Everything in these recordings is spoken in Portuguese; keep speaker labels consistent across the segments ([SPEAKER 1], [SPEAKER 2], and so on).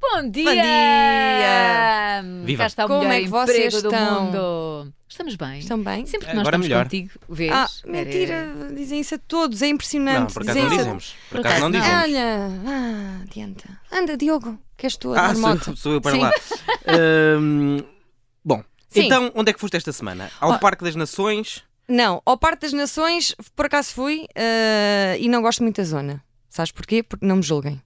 [SPEAKER 1] bom dia!
[SPEAKER 2] Bom dia!
[SPEAKER 3] Viva.
[SPEAKER 1] Cá está o
[SPEAKER 2] Como
[SPEAKER 1] melhor
[SPEAKER 2] é que vocês
[SPEAKER 1] emprego
[SPEAKER 2] estão?
[SPEAKER 1] do mundo. Estamos bem.
[SPEAKER 2] Estão bem?
[SPEAKER 1] Sempre que nós
[SPEAKER 3] Agora
[SPEAKER 1] estamos
[SPEAKER 3] melhor.
[SPEAKER 1] contigo, vês. É,
[SPEAKER 2] Ah,
[SPEAKER 1] Era-
[SPEAKER 2] mentira, dizem isso a todos, é
[SPEAKER 3] Não,
[SPEAKER 2] impressionante.
[SPEAKER 3] por acaso não
[SPEAKER 2] isso a-
[SPEAKER 3] dizemos. Por
[SPEAKER 1] Por
[SPEAKER 3] acaso não
[SPEAKER 1] acaso não.
[SPEAKER 3] dizemos.
[SPEAKER 2] Olha, ah, adianta. Anda, Diogo, que és tu a
[SPEAKER 3] Ah,
[SPEAKER 2] dar moto.
[SPEAKER 3] sou, sou eu para
[SPEAKER 2] Sim.
[SPEAKER 3] lá. Hum, bom,
[SPEAKER 2] Sim.
[SPEAKER 3] então onde é que foste esta semana? Ao
[SPEAKER 2] Ó-
[SPEAKER 3] Parque das Nações.
[SPEAKER 2] Não, ao Parque das Nações, por acaso fui ah, e não gosto muito da zona. Sabes porquê? Porque não me julguem.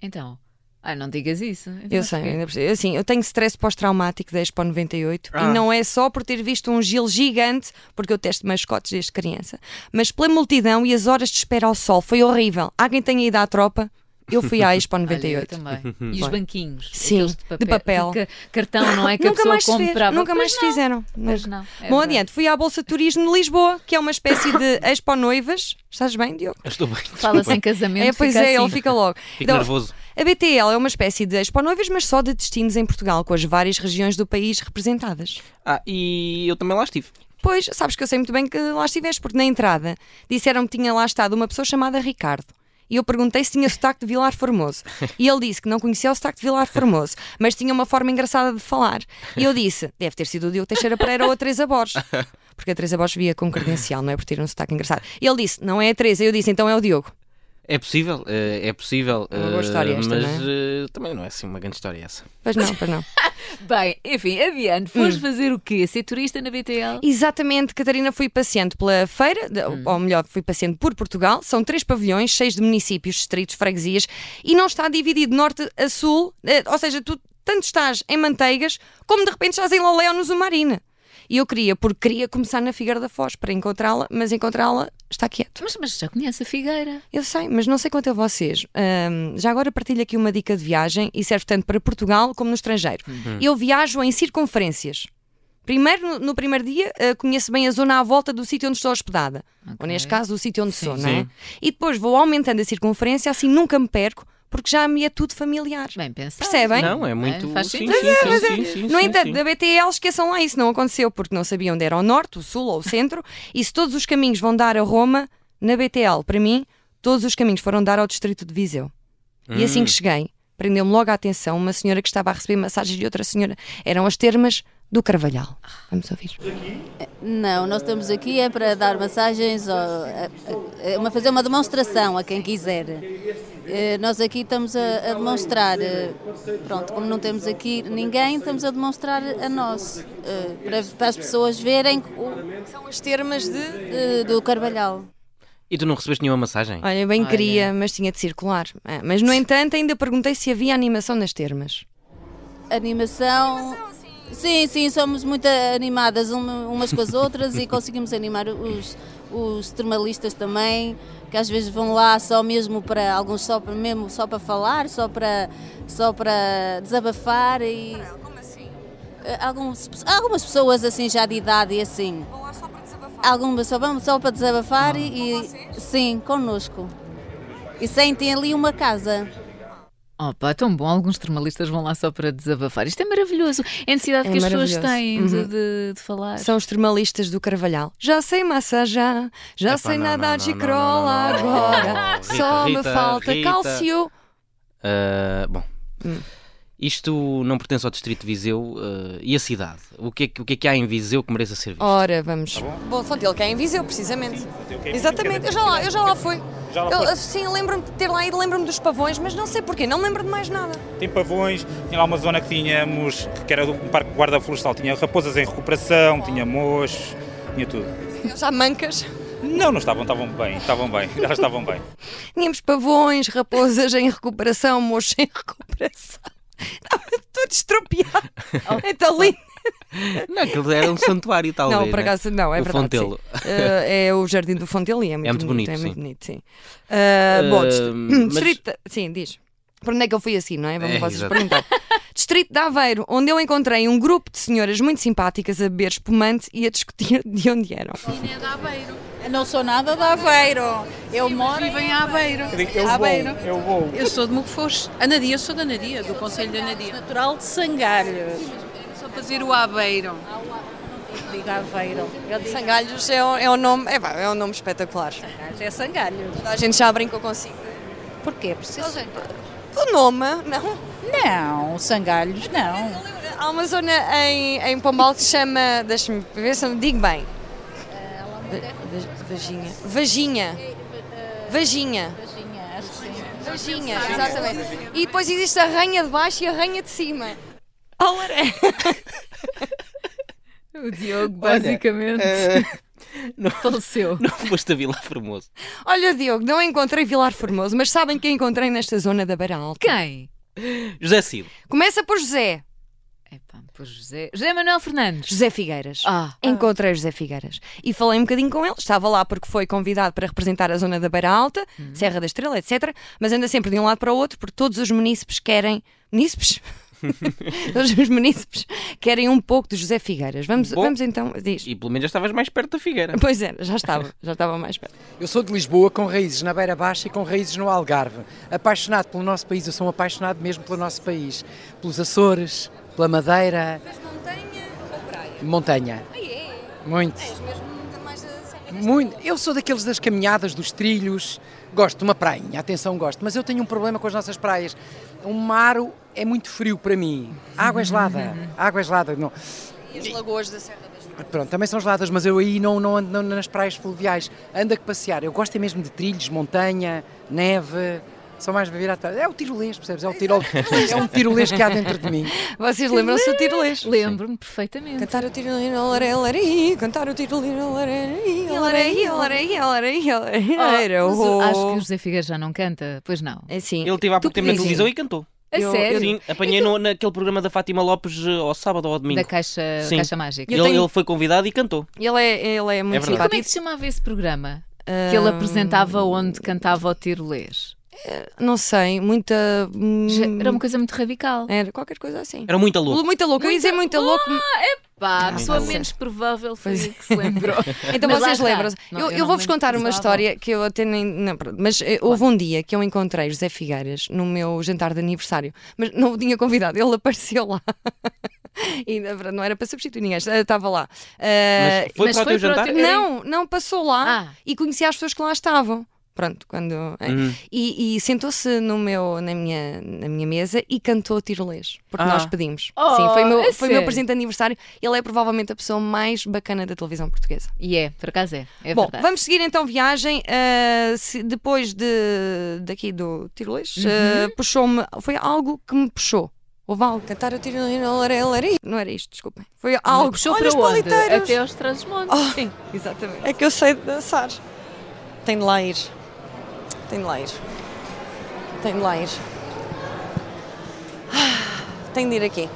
[SPEAKER 1] Então, ah, não digas isso. Então,
[SPEAKER 2] Eu sei, ainda por cima. assim, eu tenho stress pós-traumático da Expo 98
[SPEAKER 3] Ah.
[SPEAKER 2] e não é só por ter visto um Gil gigante, porque eu testo mascotes desde criança, mas pela multidão e as horas de espera ao sol. Foi horrível. Há quem tenha ido à tropa, eu fui à Expo
[SPEAKER 1] Olha, eu
[SPEAKER 2] 98.
[SPEAKER 1] também. E os
[SPEAKER 2] Bom.
[SPEAKER 1] banquinhos?
[SPEAKER 2] Sim,
[SPEAKER 1] aqueles
[SPEAKER 2] de papel.
[SPEAKER 1] Que- cartão, não é? Que a
[SPEAKER 2] nunca
[SPEAKER 1] pessoa
[SPEAKER 2] mais se fez,
[SPEAKER 1] comprava.
[SPEAKER 2] nunca mais
[SPEAKER 1] Pois
[SPEAKER 2] se
[SPEAKER 1] não,
[SPEAKER 2] fizeram.
[SPEAKER 1] Pois
[SPEAKER 2] Nunca.
[SPEAKER 1] não. é
[SPEAKER 2] Bom,
[SPEAKER 1] verdade.
[SPEAKER 2] adiante, fui à Bolsa Turismo de Lisboa, que é uma espécie de Expo Noivas. Estás bem, Diogo?
[SPEAKER 3] Estou bem.
[SPEAKER 1] Fala-se em
[SPEAKER 3] desculpa.
[SPEAKER 1] casamento.
[SPEAKER 2] É, pois
[SPEAKER 1] fica
[SPEAKER 2] é,
[SPEAKER 1] assim.
[SPEAKER 2] ele fica logo.
[SPEAKER 3] Fico
[SPEAKER 2] Então,
[SPEAKER 3] nervoso.
[SPEAKER 2] A BTL é uma espécie de Expo Noivas, mas só de destinos em Portugal, com as várias regiões do país representadas.
[SPEAKER 3] Ah, e eu também lá estive.
[SPEAKER 2] Pois, sabes que eu sei muito bem que lá estiveste, porque na entrada disseram que tinha lá estado uma pessoa chamada Ricardo. E eu perguntei se tinha sotaque de Vilar Formoso. E ele disse que não conhecia o sotaque de Vilar Formoso, mas tinha uma forma engraçada de falar. E eu disse: deve ter sido o Diogo Teixeira Pereira ou a Teresa Borges. Porque a Teresa Borges via com credencial, não é por ter um sotaque engraçado. E ele disse: não é a Teresa. Eu disse: então é o Diogo.
[SPEAKER 3] É possível, eh, é possível.
[SPEAKER 2] Uma boa
[SPEAKER 3] eh,
[SPEAKER 2] história esta,
[SPEAKER 3] mas
[SPEAKER 2] não
[SPEAKER 3] eh, também não é assim uma grande história essa.
[SPEAKER 2] Pois não, pois não.
[SPEAKER 1] Bem, enfim, adiante. Foste fazer o quê? Ser turista na BTL?
[SPEAKER 2] Exatamente, Catarina, fui passeando pela feira, de- ou melhor, fui passeando por Portugal. São três pavilhões, seis de municípios, distritos, freguesias, e não está dividido de norte a sul, eh, ou seja, tu tanto estás em Manteigas, como de repente estás em Lalé ou no Zumarina. E eu queria, porque queria começar na Figueira da Foz para encontrá-la, mas encontrá-la está quieto.
[SPEAKER 1] Mas, mas já conhece a Figueira.
[SPEAKER 2] Eu sei, mas não sei quanto a vocês. Ahm, já agora partilho aqui uma dica de viagem e serve tanto para Portugal como no estrangeiro.
[SPEAKER 3] Uhum.
[SPEAKER 2] Eu viajo em circunferências. Primeiro, no, no primeiro dia, ah, conheço bem a zona à volta do sítio onde estou hospedada. Ou neste caso, do sítio onde sou, não é?
[SPEAKER 3] Sim.
[SPEAKER 2] E depois vou aumentando a circunferência, assim nunca me perco, porque já me é tudo familiar.
[SPEAKER 1] Bem pensado.
[SPEAKER 2] Percebem? é,
[SPEAKER 3] não, é muito.
[SPEAKER 1] faz
[SPEAKER 3] sim,
[SPEAKER 1] sentido. é,
[SPEAKER 3] sim, sim, sim, sim,
[SPEAKER 2] No
[SPEAKER 3] sim,
[SPEAKER 2] entanto,
[SPEAKER 3] sim.
[SPEAKER 2] da BTL esqueçam lá, isso não aconteceu, porque não sabiam onde era o norte, o sul ou o centro, e se todos os caminhos vão dar a Roma, na BTL, para mim, todos os caminhos foram dar ao distrito de Viseu. E assim
[SPEAKER 3] Hum.
[SPEAKER 2] que cheguei, prendeu-me logo a atenção uma senhora que estava a receber massagens de outra senhora. Eram as termas do Carvalhal. Vamos ouvir.
[SPEAKER 4] Não, nós estamos aqui é para dar massagens, ou, é, é uma, fazer uma demonstração a quem quiser. Eh, Nós aqui estamos a, a demonstrar, eh, pronto, como não temos aqui ninguém, estamos a demonstrar a nós, eh, para, para as pessoas verem o,
[SPEAKER 2] São as termas de.
[SPEAKER 4] eh, do Carvalhal.
[SPEAKER 3] Hum. E tu não recebeste nenhuma massagem?
[SPEAKER 2] Olha, eu bem
[SPEAKER 1] Olha.
[SPEAKER 2] queria, mas tinha de circular. Ah, Mas, no entanto, ainda perguntei se havia animação nas termas.
[SPEAKER 4] Animação. Sim, sim, somos muito animadas uma- umas com as outras e conseguimos animar os, os termalistas também, que às vezes vão lá só mesmo para alguns só para mesmo só para falar, só para só para desabafar e Eh, alguns- algumas pessoas assim já de idade e assim. Algumas só vamos só para desabafar e, e sim, connosco. E sentem ali uma casa.
[SPEAKER 1] Opa, tão bom. Alguns termalistas vão lá só para desabafar. Isto é maravilhoso. É a necessidade
[SPEAKER 2] É
[SPEAKER 1] que as pessoas
[SPEAKER 2] maravilhoso.
[SPEAKER 1] têm de,
[SPEAKER 2] Uhum.
[SPEAKER 1] de- de falar.
[SPEAKER 2] São os termalistas do Carvalhal. Já sei massajar, já
[SPEAKER 3] Epá,
[SPEAKER 2] sei
[SPEAKER 3] não,
[SPEAKER 2] nadar
[SPEAKER 3] não,
[SPEAKER 2] de
[SPEAKER 3] não, não,
[SPEAKER 2] crola
[SPEAKER 3] não, não, não,
[SPEAKER 2] agora.
[SPEAKER 3] não, não. Rita,
[SPEAKER 2] Só me
[SPEAKER 3] Rita,
[SPEAKER 2] falta
[SPEAKER 3] Rita.
[SPEAKER 2] cálcio.
[SPEAKER 3] Ah, bom. Isto não pertence ao distrito de Viseu ah, e a cidade. O que, é que, o que é que há em Viseu que mereça ser visto?
[SPEAKER 2] Ora,
[SPEAKER 3] Tá
[SPEAKER 2] vamos. bom, Fonte, ele quer em Viseu, precisamente. Exatamente, eu já lá, eu já lá fui. eu, sim, lembro-me de ter lá ido, lembro-me dos pavões, mas não sei porquê, não lembro de mais nada.
[SPEAKER 5] tem pavões, tinha lá uma zona que tínhamos, que era um parque guarda-florestal, tinha raposas em recuperação, tinha mochos, tinha tudo.
[SPEAKER 2] Eu já mancas.
[SPEAKER 5] Não, não estavam, estavam bem, estavam bem, elas estavam bem.
[SPEAKER 2] Tínhamos pavões, raposas em recuperação, moços em recuperação. Estava todo estropiado. Então lindo.
[SPEAKER 3] Não, aquilo era um santuário, talvez.
[SPEAKER 2] Não, por
[SPEAKER 3] né?
[SPEAKER 2] acaso não, é
[SPEAKER 3] o
[SPEAKER 2] verdade.
[SPEAKER 3] Fontelo.
[SPEAKER 2] sim. Eh, é o Jardim do Fontelo e é muito,
[SPEAKER 3] muito bonito,
[SPEAKER 2] É
[SPEAKER 3] sim.
[SPEAKER 2] muito bonito, sim. Eh, bom, dist-
[SPEAKER 3] mas-
[SPEAKER 2] distrito. Sim, diz. Por onde é que eu fui assim, não é? Vamos
[SPEAKER 3] É,
[SPEAKER 2] vocês
[SPEAKER 3] exato.
[SPEAKER 2] perguntar. Distrito de Aveiro, onde eu encontrei um grupo de senhoras muito simpáticas a beber espumante e a discutir de onde eram.
[SPEAKER 6] Eu Não sou nada de Aveiro. Eu moro em Aveiro. Aveiro.
[SPEAKER 5] eu vou.
[SPEAKER 6] Eu sou de Mugfos. Anadia, eu sou da Anadia, do Conselho de Anadia. Natural de Sangalhos. é Só fazer o Aveiro. Digo Aveiro. Eu digo
[SPEAKER 2] Sangalhos é um, é um nome, é, pá, é um nome espetacular.
[SPEAKER 6] Sangalhos. É Sangalhos. é
[SPEAKER 2] A gente já brincou consigo.
[SPEAKER 6] Porquê? Porque
[SPEAKER 2] O nome, não?
[SPEAKER 6] Não, Sangalhos não.
[SPEAKER 2] Há uma zona em, em Pombal que se chama. Deixa-me ver se eu digo bem. Va- Vaginha. Vaginha. Vaginha. Vaginha, exatamente. E depois existe a ranha de baixo e a ranha de cima. Olha!
[SPEAKER 1] O Diogo, basicamente,
[SPEAKER 2] eh,
[SPEAKER 3] não,
[SPEAKER 1] faleceu.
[SPEAKER 3] não foste a Vila Formoso.
[SPEAKER 2] Olha, Diogo, não encontrei Vilar Formoso, mas sabem quem encontrei nesta zona da Beira Alta?
[SPEAKER 1] Quem?
[SPEAKER 3] José Cid,
[SPEAKER 2] Começa por José.
[SPEAKER 1] Epá, pois José. José Manuel Fernandes.
[SPEAKER 2] José Figueiras.
[SPEAKER 1] Ah,
[SPEAKER 2] Encontrei o José Figueiras e falei um bocadinho com ele. Estava lá porque foi convidado para representar a zona da Beira Alta, Serra da Estrela, etc. Mas anda sempre de um lado para o outro porque todos os munícipes querem. Munícipes? todos os munícipes querem um pouco de José Figueiras. Vamos,
[SPEAKER 3] Bom.
[SPEAKER 2] vamos então. Diz.
[SPEAKER 3] e pelo menos já estavas mais perto da Figueira.
[SPEAKER 2] Pois é, já estava, já estava mais perto.
[SPEAKER 7] Eu sou de Lisboa, com raízes na Beira Baixa e com raízes no Algarve. Apaixonado pelo nosso país, eu sou um apaixonado mesmo pelo nosso país. Pelos Açores, pela Madeira. Mas montanha ou praia? Montanha. Muito. Muito. Eu sou daqueles das caminhadas, dos trilhos. Gosto de uma prainha, atenção, gosto. Mas eu tenho um problema com as nossas praias. O mar é muito frio para mim. A água é gelada. A água é gelada. Não.
[SPEAKER 2] E as lagoas da Serra da Estrela?
[SPEAKER 7] Pronto, também são geladas, mas eu aí não, não ando não- nas praias fluviais. Ando a que passear. Eu gosto é mesmo de trilhos, montanha, neve. Só mais viver à tarde. É o tirolês, percebes? É, o tirol... é um tirolês que há dentro de mim.
[SPEAKER 2] Vocês lembram-se do tirolês?
[SPEAKER 1] lembro-me perfeitamente.
[SPEAKER 2] Cantar o tirolino, alarei, alarei, cantar o tirolino, alarei, alarei, alarei, alarei, alarei,
[SPEAKER 1] Ah,
[SPEAKER 2] alarei.
[SPEAKER 1] mas o-
[SPEAKER 2] Oh.
[SPEAKER 1] acho que o José Figueiras já não canta. Pois não.
[SPEAKER 2] É sim.
[SPEAKER 3] Ele teve há
[SPEAKER 2] Tu
[SPEAKER 3] pouco tempo na
[SPEAKER 2] pedias-
[SPEAKER 3] televisão e cantou.
[SPEAKER 1] A
[SPEAKER 2] Eu-
[SPEAKER 1] sério?
[SPEAKER 3] Sim, apanhei no, naquele programa da Fátima Lopes eh, ao sábado ou ao domingo.
[SPEAKER 1] Da Caixa,
[SPEAKER 3] Sim.
[SPEAKER 1] caixa Mágica.
[SPEAKER 3] Ele,
[SPEAKER 2] Eu tenho-
[SPEAKER 3] ele foi convidado e cantou.
[SPEAKER 2] Ele é, ele é muito
[SPEAKER 1] Como é
[SPEAKER 3] verdade.
[SPEAKER 1] que
[SPEAKER 2] simpático.
[SPEAKER 1] se chamava esse programa? Que ele apresentava onde cantava o tirolês.
[SPEAKER 2] Não sei, muita. hum,
[SPEAKER 1] Já- Era uma coisa muito radical.
[SPEAKER 2] Era qualquer coisa assim.
[SPEAKER 3] Era muito louco.
[SPEAKER 2] Muita louca, eu ia dizer muita louca.
[SPEAKER 1] Pá, a
[SPEAKER 3] Não,
[SPEAKER 1] pessoa
[SPEAKER 3] não sei.
[SPEAKER 1] menos provável foi
[SPEAKER 2] Pois
[SPEAKER 1] que se lembrou.
[SPEAKER 2] Então
[SPEAKER 1] Mas lá
[SPEAKER 2] vocês
[SPEAKER 1] está.
[SPEAKER 2] lembram-se.
[SPEAKER 1] Não,
[SPEAKER 2] eu
[SPEAKER 1] eu
[SPEAKER 2] eu
[SPEAKER 1] não
[SPEAKER 2] vou-vos
[SPEAKER 1] lembro
[SPEAKER 2] contar uma
[SPEAKER 1] provável.
[SPEAKER 2] história que eu até nem. Não, pronto, mas eh, houve um dia que eu encontrei José Figueiras no meu jantar de aniversário, mas não o tinha convidado, ele apareceu lá. e na verdade, não era para substituir ninguém, eh, estava lá. Eh,
[SPEAKER 3] Mas foi
[SPEAKER 1] mas
[SPEAKER 3] para o
[SPEAKER 1] foi
[SPEAKER 3] teu
[SPEAKER 1] para o
[SPEAKER 3] jantar?
[SPEAKER 1] teu-
[SPEAKER 2] Não, não passou lá
[SPEAKER 1] Ah.
[SPEAKER 2] e conhecia as pessoas que lá estavam. Pronto, quando. eh,
[SPEAKER 3] Uhum.
[SPEAKER 2] E, e sentou-se no meu, na, minha, na minha mesa e cantou tirolês, porque
[SPEAKER 3] Ah.
[SPEAKER 2] nós pedimos.
[SPEAKER 1] Oh,
[SPEAKER 2] Sim,
[SPEAKER 1] é
[SPEAKER 2] foi o meu, foi o meu
[SPEAKER 1] sério?
[SPEAKER 2] presente de aniversário. Ele é provavelmente a pessoa mais bacana da televisão portuguesa.
[SPEAKER 1] E é, por acaso é. É
[SPEAKER 2] Bom,
[SPEAKER 1] verdade.
[SPEAKER 2] vamos seguir então viagem. ah, se- depois de, daqui do tirolês, ah,
[SPEAKER 1] Uhum.
[SPEAKER 2] puxou-me. Foi algo que me puxou. Houve algo. Cantar o tirolês, não era isto, desculpem. Foi algo.
[SPEAKER 1] Puxou
[SPEAKER 2] Olha os
[SPEAKER 1] para onde?
[SPEAKER 2] paliteiros.
[SPEAKER 1] Até aos Trás-os-Montes.
[SPEAKER 2] Oh, exatamente. É que eu sei dançar. Tem de lá ir. Tem de lá ir. Tem de lá ir. Ah, Tem de ir aqui.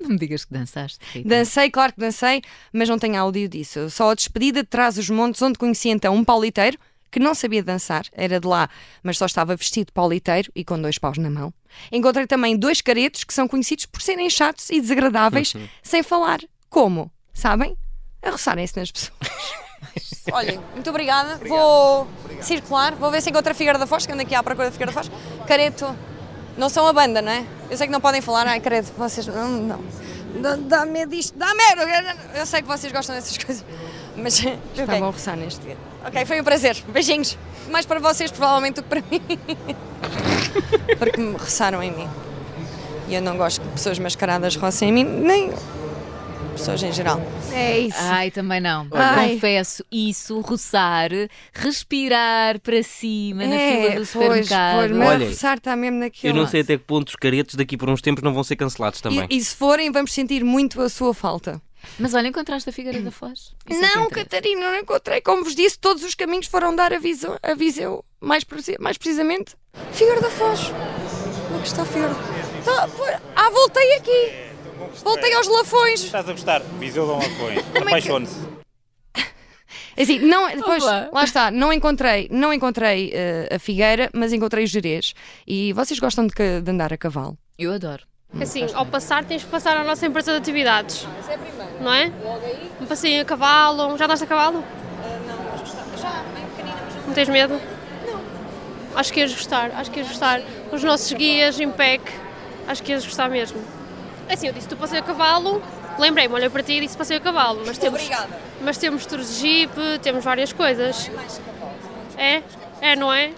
[SPEAKER 1] Não me digas que dançaste. Rita.
[SPEAKER 2] Dancei, claro que dancei, mas não tenho áudio disso. Só a despedida de trás os montes, onde conheci então um pauliteiro que não sabia dançar, era de lá, mas só estava vestido de pauliteiro e com dois paus na mão. Encontrei também dois caretos que são conhecidos por serem chatos e desagradáveis sem falar. Como? Sabem? Arroçarem-se nas pessoas. Olhem, muito obrigada. Vou circular, vou ver se encontro a Figueira da Foz, que ando aqui à procura da Figueira da Foz. Careto, não são a banda, não é? Eu sei que não podem falar, ai, careto, vocês. Não, não. Dá- Dá-me disto, dá-me! eu- Eu sei que vocês gostam dessas coisas, mas. Estava a roçar neste dia. Ok, foi um prazer. Beijinhos. Mais para vocês, provavelmente, do que para mim. Porque me roçaram em mim. E eu não gosto que pessoas mascaradas rocem em mim, nem pessoas em geral. É isso.
[SPEAKER 1] Ai, também não.
[SPEAKER 2] Ai.
[SPEAKER 1] Confesso, isso, roçar, respirar para cima na
[SPEAKER 2] É,
[SPEAKER 1] fila do supermercado.
[SPEAKER 2] Pois, mas
[SPEAKER 3] Olha,
[SPEAKER 2] a roçar está mesmo naquilo.
[SPEAKER 3] Eu não sei até que ponto os caretos daqui por uns tempos não vão ser cancelados também.
[SPEAKER 2] E, e se forem, vamos sentir muito a sua falta.
[SPEAKER 1] Mas olha, encontraste a Figueira da Foz? Isso é que
[SPEAKER 2] não,
[SPEAKER 1] interessa.
[SPEAKER 2] Catarina, não encontrei. Como vos disse, todos os caminhos foram dar aviso, a Viseu, mais, preci- mais precisamente. Figueira da Foz. Como é que está a Figueira? Está- pô, ah, voltei aqui. Voltei aos lafões.
[SPEAKER 5] Estás a gostar? Viseu Dom Lafões.
[SPEAKER 8] é
[SPEAKER 5] Apaixone-se.
[SPEAKER 2] Assim, não, depois,
[SPEAKER 1] Olá.
[SPEAKER 2] lá está, não encontrei, não encontrei eh, a Figueira, mas encontrei o Jerez. E vocês gostam de, ca- de andar a cavalo?
[SPEAKER 1] Eu adoro.
[SPEAKER 9] Assim, ao passar tens que passar à nossa empresa de atividades. Essa é a primeira. Não é? Logo aí. Ah, Um passeio a cavalo. um- Já andaste a cavalo? não, mas gostava. Já, bem pequenina, mas não. tens medo? Não. Acho que ias gostar, acho que ias gostar. Os nossos guias, Impec, acho que ias gostar mesmo. Assim, eu disse tu passeio a cavalo, lembrei-me, olhei para ti e disse passeio a cavalo. Mas temos, Obrigada. Mas temos tours de jeep, temos é? várias coisas. É? É, não é?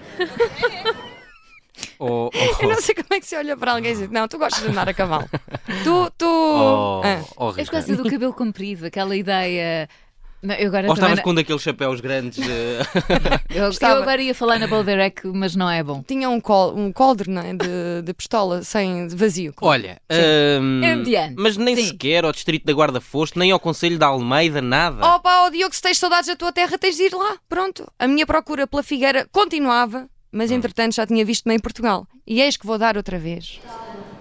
[SPEAKER 3] Oh,
[SPEAKER 2] Eu
[SPEAKER 3] oh,
[SPEAKER 2] não sei como é que se olha para alguém e diz: Não, tu gostas de andar a cavalo. tu, tu.
[SPEAKER 3] oh,
[SPEAKER 2] Ah.
[SPEAKER 3] oh,
[SPEAKER 1] É por
[SPEAKER 3] Rita.
[SPEAKER 1] causa do cabelo comprido, aquela ideia. Não, eu agora
[SPEAKER 3] Ou
[SPEAKER 1] também
[SPEAKER 3] estavas com um daqueles chapéus grandes. eh,
[SPEAKER 1] não- eu- eu,
[SPEAKER 2] Estava.
[SPEAKER 1] agora ia falar na Balderec, mas não é bom.
[SPEAKER 2] Tinha um, col, um coldre né, de, de pistola sem vazio.
[SPEAKER 3] Olha, hum,
[SPEAKER 1] Indiano.
[SPEAKER 3] mas nem
[SPEAKER 1] Sim.
[SPEAKER 3] sequer ao Distrito da Guarda foste, nem ao Conselho da Almeida, nada.
[SPEAKER 2] Opa, ó Diogo, se tens saudades da tua terra, tens de ir lá. Pronto. A minha procura pela Figueira continuava, mas entretanto já tinha visto-me em Portugal. E eis que vou dar outra vez.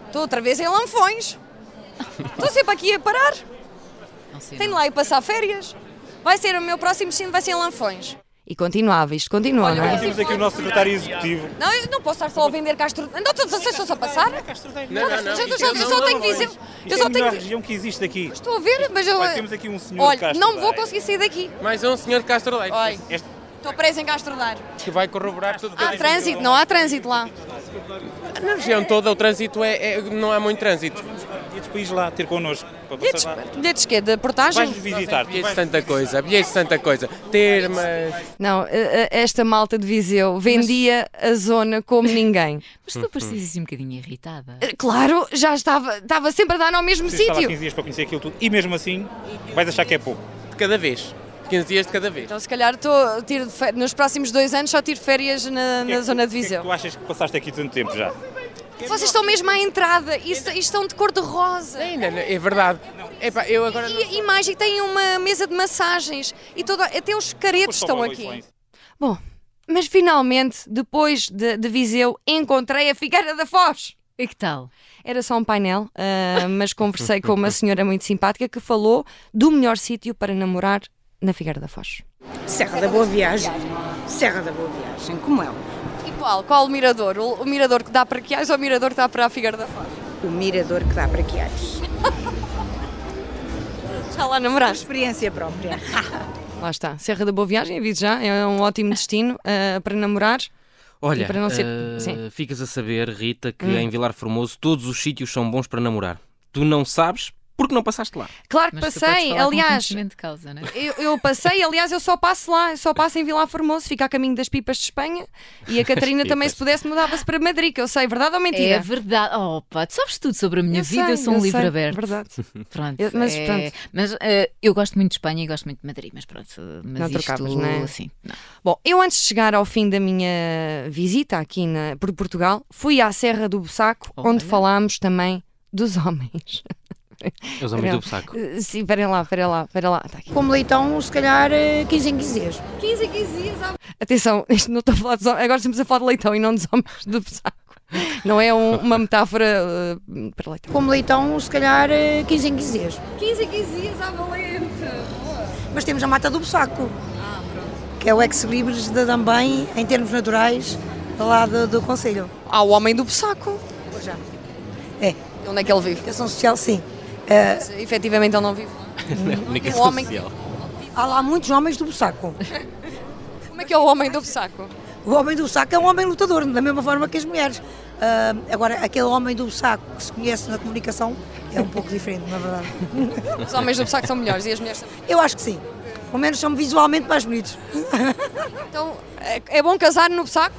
[SPEAKER 8] Estou outra vez em Lanfões. Estou sempre aqui a parar.
[SPEAKER 1] Não sei.
[SPEAKER 8] Tenho lá ir passar férias. Vai ser o meu próximo destino, vai ser em Lanfões.
[SPEAKER 2] E continuava, isto continua, não é?
[SPEAKER 5] Temos aqui o nosso secretário executivo.
[SPEAKER 8] Não, eu não posso estar só a vender Castro. Não, todos vocês estão só a passar. Não, não, não. Eu só- eu só tenho que dizer. Eu
[SPEAKER 5] Isto é
[SPEAKER 8] só
[SPEAKER 5] a melhor
[SPEAKER 8] tenho que.
[SPEAKER 5] região que existe aqui.
[SPEAKER 8] Estou a ver, mas eu.
[SPEAKER 5] Olha, temos aqui um senhor de
[SPEAKER 8] Olha,
[SPEAKER 5] Castro
[SPEAKER 8] não vou
[SPEAKER 5] Daire.
[SPEAKER 8] conseguir sair daqui.
[SPEAKER 10] Mais um senhor de Castro Leite,
[SPEAKER 8] Olha,
[SPEAKER 5] Este-
[SPEAKER 8] estou presa em Castro Dar.
[SPEAKER 10] que vai corroborar tudo.
[SPEAKER 8] Há Ah,
[SPEAKER 5] um
[SPEAKER 8] trânsito, não há trânsito lá.
[SPEAKER 10] Na região toda o trânsito é, é- não há muito trânsito.
[SPEAKER 5] Bilhetes para ir lá ter connosco. Para
[SPEAKER 8] Bilhetes,
[SPEAKER 5] passar lá.
[SPEAKER 8] bilhetes quê? De portagem?
[SPEAKER 5] Vais-nos visitar. tu
[SPEAKER 10] Bilhetes de
[SPEAKER 8] Um
[SPEAKER 5] vais-
[SPEAKER 10] tanta coisa, bilhetes de tanta coisa. Termas.
[SPEAKER 2] Não, a-
[SPEAKER 8] eh,
[SPEAKER 2] a- esta malta de Viseu vendia a zona como ninguém.
[SPEAKER 1] Mas
[SPEAKER 3] hum,
[SPEAKER 1] tu parecias assim um bocadinho irritada.
[SPEAKER 2] Eh, Claro, já estava, estava sempre a dar ao mesmo
[SPEAKER 5] Precisava de
[SPEAKER 2] sítio.
[SPEAKER 5] 15 dias para conhecer aquilo tudo e mesmo assim vais achar que é pouco.
[SPEAKER 10] De cada vez. 15 dias de cada vez.
[SPEAKER 8] Então, se calhar, tô, tiro de fe- nos próximos dois anos só tiro férias na,
[SPEAKER 5] O que é
[SPEAKER 8] na
[SPEAKER 5] que-
[SPEAKER 8] zona de
[SPEAKER 5] O
[SPEAKER 8] Viseu.
[SPEAKER 5] que é que tu achas que passaste aqui tanto tempo já?
[SPEAKER 8] Vocês estão mesmo à entrada e, est- e estão um de cor de rosa.
[SPEAKER 10] Ainda, não- é verdade. Epá, eu agora não...
[SPEAKER 8] E, e mais, e têm uma mesa de massagens e todo, até os caretos estão aqui.
[SPEAKER 2] Bom, mas finalmente, depois de, de Viseu, encontrei a Figueira da Foz.
[SPEAKER 1] E que tal?
[SPEAKER 2] Era só um painel, ah, mas conversei com uma senhora muito simpática que falou do melhor sítio para namorar na Figueira da Foz.
[SPEAKER 11] Serra da Boa Viagem. Serra da Boa Viagem, como é?
[SPEAKER 8] E qual? Qual o mirador? O, o mirador que dá para Quiais ou o mirador que dá para a Figueira da Foz?
[SPEAKER 11] O mirador que dá para Quiares.
[SPEAKER 8] Já lá namoraste?
[SPEAKER 11] Experiência própria.
[SPEAKER 2] Lá está, Serra da Boa Viagem, aviso já, é um ótimo destino ah, para namorar.
[SPEAKER 3] Olha,
[SPEAKER 2] E para não ser-
[SPEAKER 3] eh,
[SPEAKER 2] sim. Hum.
[SPEAKER 3] ficas a saber, Rita, que em Vilar Formoso todos os sítios são bons para namorar. Tu não sabes porque não passaste lá.
[SPEAKER 2] Claro que
[SPEAKER 1] Mas tu podes
[SPEAKER 2] passei,
[SPEAKER 1] falar com
[SPEAKER 2] aliás,
[SPEAKER 1] conhecimento de causa, não é?
[SPEAKER 2] Eu, eu passei, aliás, eu só passo lá, eu só passo em Vila Formoso, fica a caminho das pipas de Espanha e a Catarina também, se pudesse, mudava-se para Madrid, que eu sei, verdade ou mentira?
[SPEAKER 1] É verdade. Oh, pá, tu sabes tudo sobre a minha
[SPEAKER 2] Eu
[SPEAKER 1] vida,
[SPEAKER 2] sei,
[SPEAKER 1] eu sou um
[SPEAKER 2] eu
[SPEAKER 1] livro
[SPEAKER 2] sei,
[SPEAKER 1] aberto.
[SPEAKER 2] Verdade.
[SPEAKER 1] Pronto,
[SPEAKER 2] Eu- mas
[SPEAKER 1] é-
[SPEAKER 2] pronto.
[SPEAKER 1] mas, eh, eu gosto muito de Espanha e gosto muito de Madrid, mas pronto. Mas
[SPEAKER 2] Não
[SPEAKER 1] isto,
[SPEAKER 2] trocavas, não é?
[SPEAKER 1] sim, não.
[SPEAKER 2] Bom, eu antes de chegar ao fim da minha visita aqui na- por Portugal, fui à Serra do Bussaco, onde
[SPEAKER 1] Olha.
[SPEAKER 2] falámos também dos homens.
[SPEAKER 3] Os homens
[SPEAKER 2] Não.
[SPEAKER 3] do saco.
[SPEAKER 2] Sim, esperem lá, esperem lá, esperem lá. Tá aqui.
[SPEAKER 11] Como leitão, um se calhar, eh, 15 em 15 dias.
[SPEAKER 8] 15 a 15 dias à
[SPEAKER 2] Atenção, isto não estou a falar dos homens, agora estamos a falar de leitão e não dos homens do Bussaco. Não é um- uma metáfora eh, para leitão.
[SPEAKER 11] Como leitão, se calhar, eh, 15 em 15 dias.
[SPEAKER 8] 15 a 15 dias à valente.
[SPEAKER 11] Mas temos a Mata do Bussaco. Que é o ex-libris da Dambém, em termos naturais, lá do, do Conselho.
[SPEAKER 2] Há o homem do Bussaco.
[SPEAKER 11] É,
[SPEAKER 2] E Onde é que ele vive?
[SPEAKER 11] educação social, sim.
[SPEAKER 2] Mas, efetivamente ele não vive. lá.
[SPEAKER 3] Comunicação
[SPEAKER 2] homem que-
[SPEAKER 3] social.
[SPEAKER 11] Há lá muitos homens do Bussaco.
[SPEAKER 2] Como é que é o homem do Bussaco?
[SPEAKER 11] O homem do saco é um homem lutador, da mesma forma que as mulheres. Ah, agora, aquele homem do saco que se conhece na comunicação é um pouco diferente, na verdade.
[SPEAKER 2] Os homens do Bussaco são melhores e as mulheres também.
[SPEAKER 11] Eu acho que sim. Pelo menos são visualmente mais bonitos.
[SPEAKER 2] Então, é, é bom casar no Bussaco?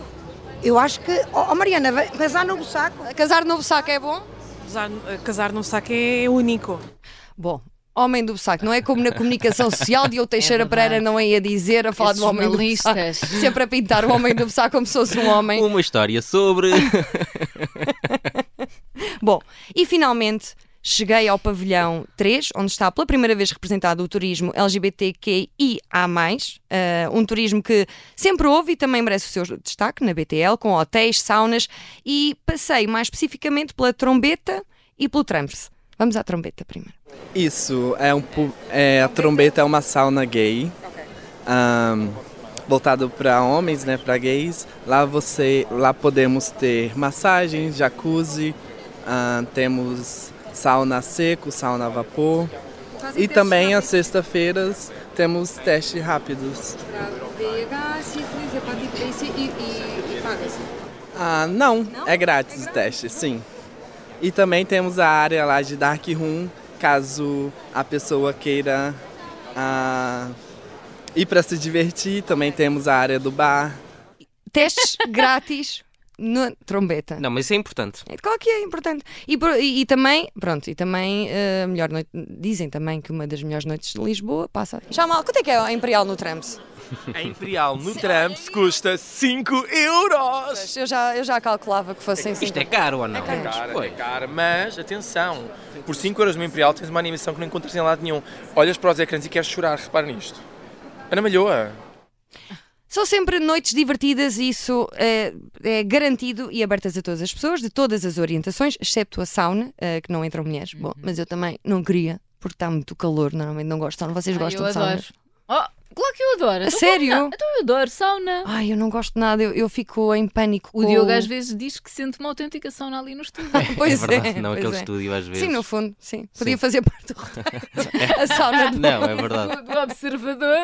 [SPEAKER 11] Eu acho que. Oh, oh, Mariana, vai casar no saco.
[SPEAKER 2] Casar no Bussaco é bom?
[SPEAKER 12] Casar, ah, casar num saco é único.
[SPEAKER 2] Bom. Homem do Bussaco, não é como na comunicação social de eu Teixeira
[SPEAKER 1] É verdade.
[SPEAKER 2] Pereira não ia dizer a falar
[SPEAKER 1] Esses
[SPEAKER 2] do homem do Bussaco.
[SPEAKER 1] jornalistas.
[SPEAKER 2] Sempre a pintar o homem do Bussaco como se fosse um homem.
[SPEAKER 3] Uma história sobre.
[SPEAKER 2] Bom, e finalmente cheguei ao pavilhão 3, onde está pela primeira vez representado o turismo LGBTQIA+, eh, um turismo que sempre houve e também merece o seu destaque na BTL, com hotéis, saunas, e passei mais especificamente pela trombeta e pelo tramse. Vamos à trombeta primeiro.
[SPEAKER 10] Isso, é um é, a trombeta é uma sauna gay. voltado para homens, né, para gays. Lá você, lá podemos ter massagem, jacuzzi, temos sauna a seco, sauna a vapor. E também às sextas-feiras temos testes rápidos.
[SPEAKER 8] VIH, sífilis, hepatite B e C e, e, e paga-se.
[SPEAKER 10] Ah, não, é grátis os testes, sim. E também temos a área lá de Dark Room, caso a pessoa queira ah, ir para se divertir. Também temos a área do bar.
[SPEAKER 2] Testes grátis, na trombeta.
[SPEAKER 3] Não, mas isso é importante.
[SPEAKER 2] É, Claro que é importante. E, por- e- e também, pronto, e também eh, a melhor noite, dizem também que uma das melhores noites de Lisboa passa. Já mal, quanto é que é a Imperial no Trams?
[SPEAKER 13] A É Imperial no Tramps custa 5 euros.
[SPEAKER 2] Eu já, eu já calculava que fossem
[SPEAKER 13] Isto
[SPEAKER 2] cinco.
[SPEAKER 13] é caro ou não?
[SPEAKER 2] É caro.
[SPEAKER 13] é caro, mas atenção, por 5 euros no Imperial tens uma animação que não encontras em lado nenhum. Olhas para os ecrãs e queres chorar, repara nisto. Ana Malhoa.
[SPEAKER 2] São sempre noites divertidas e isso eh, é, garantido e abertas a todas as pessoas, de todas as orientações, excepto a sauna, eh, que não entram mulheres. Bom, mas eu também não queria, porque está muito calor, normalmente não gosto de sauna. Vocês
[SPEAKER 1] Ai,
[SPEAKER 2] gostam
[SPEAKER 1] eu
[SPEAKER 2] de sauna?
[SPEAKER 1] adoro. Oh, claro que eu adoro.
[SPEAKER 2] A
[SPEAKER 1] Então,
[SPEAKER 2] sério?
[SPEAKER 1] como não? Então eu adoro sauna.
[SPEAKER 2] Ai, eu não gosto de nada, eu, eu fico em pânico.
[SPEAKER 1] O
[SPEAKER 2] com-
[SPEAKER 1] Diogo às vezes diz que sente uma autêntica sauna ali no estúdio.
[SPEAKER 2] Pois
[SPEAKER 3] É verdade,
[SPEAKER 2] é,
[SPEAKER 3] não
[SPEAKER 2] pois
[SPEAKER 3] aquele
[SPEAKER 2] é.
[SPEAKER 3] estúdio às vezes.
[SPEAKER 2] Sim, no fundo, sim. Podia
[SPEAKER 3] Sim.
[SPEAKER 2] fazer parte do roteiro. A sauna do,
[SPEAKER 3] Não, é verdade.
[SPEAKER 1] do- do observador.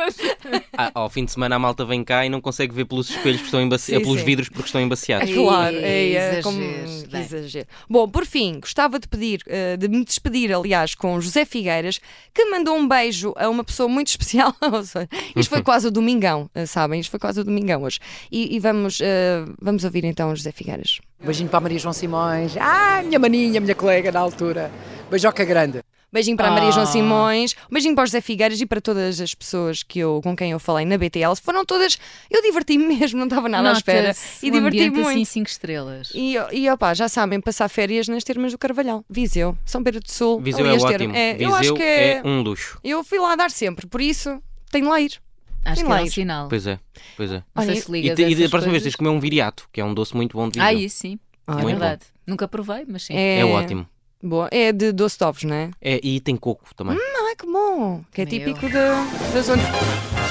[SPEAKER 3] Ah, ao fim de semana a malta vem cá e não consegue ver pelos espelhos porque estão embaci...
[SPEAKER 2] Sim,
[SPEAKER 3] pelos
[SPEAKER 2] sim.
[SPEAKER 3] vidros porque estão embaciados.
[SPEAKER 2] É claro, é,
[SPEAKER 1] Ei,
[SPEAKER 2] é,
[SPEAKER 1] exagero,
[SPEAKER 2] como
[SPEAKER 1] bem.
[SPEAKER 2] exagero. Bom, por fim, gostava de pedir, eh, de me despedir, aliás, com o José Figueiras, que mandou um beijo a uma pessoa muito especial. Ou seja, Isto foi quase o domingão, eh, sabem? Isto foi quase o domingão hoje. E, e vamos, eh, vamos ouvir então o José Figueiras.
[SPEAKER 7] Um beijinho para a Maria João Simões. Ah, minha maninha, minha colega na altura. Beijoca grande.
[SPEAKER 2] Beijinho para a Maria João
[SPEAKER 7] Ah.
[SPEAKER 2] Simões, beijinho para o José Figueiras e para todas as pessoas que eu, com quem eu falei na BTL. Foram todas. Eu diverti-me mesmo, não estava nada à espera.
[SPEAKER 1] Nota-se
[SPEAKER 2] E
[SPEAKER 1] um
[SPEAKER 2] diverti-me
[SPEAKER 1] ambiente
[SPEAKER 2] muito.
[SPEAKER 1] assim cinco estrelas.
[SPEAKER 2] E, e opá, já sabem, passar férias nas termas do Carvalhal. Viseu, São Pedro do Sul.
[SPEAKER 3] Viseu
[SPEAKER 2] ali
[SPEAKER 3] é
[SPEAKER 2] as termas.
[SPEAKER 3] ótimo.
[SPEAKER 2] É, eu
[SPEAKER 3] Viseu
[SPEAKER 2] acho que é...
[SPEAKER 3] é... um luxo.
[SPEAKER 2] Eu fui lá dar sempre, por isso tenho lá ir.
[SPEAKER 1] Acho
[SPEAKER 2] tenho
[SPEAKER 1] que
[SPEAKER 2] lá
[SPEAKER 1] é um
[SPEAKER 2] ir.
[SPEAKER 1] sinal.
[SPEAKER 3] Pois é, pois é.
[SPEAKER 2] Não sei se
[SPEAKER 1] ligas
[SPEAKER 3] e, te- e da
[SPEAKER 1] essas
[SPEAKER 3] próxima
[SPEAKER 1] coisas.
[SPEAKER 3] vez tens de comer um viriato, que é um doce muito bom de Viseu.
[SPEAKER 1] Ah, isso sim.
[SPEAKER 3] Ah,
[SPEAKER 1] é
[SPEAKER 3] muito
[SPEAKER 1] verdade. Nunca provei, mas sim.
[SPEAKER 3] É ótimo.
[SPEAKER 2] Boa. É de doce de ovos, não é?
[SPEAKER 3] É, e tem coco também.
[SPEAKER 2] Não, é que bom. Que é
[SPEAKER 1] Meu.
[SPEAKER 2] típico da, da zona.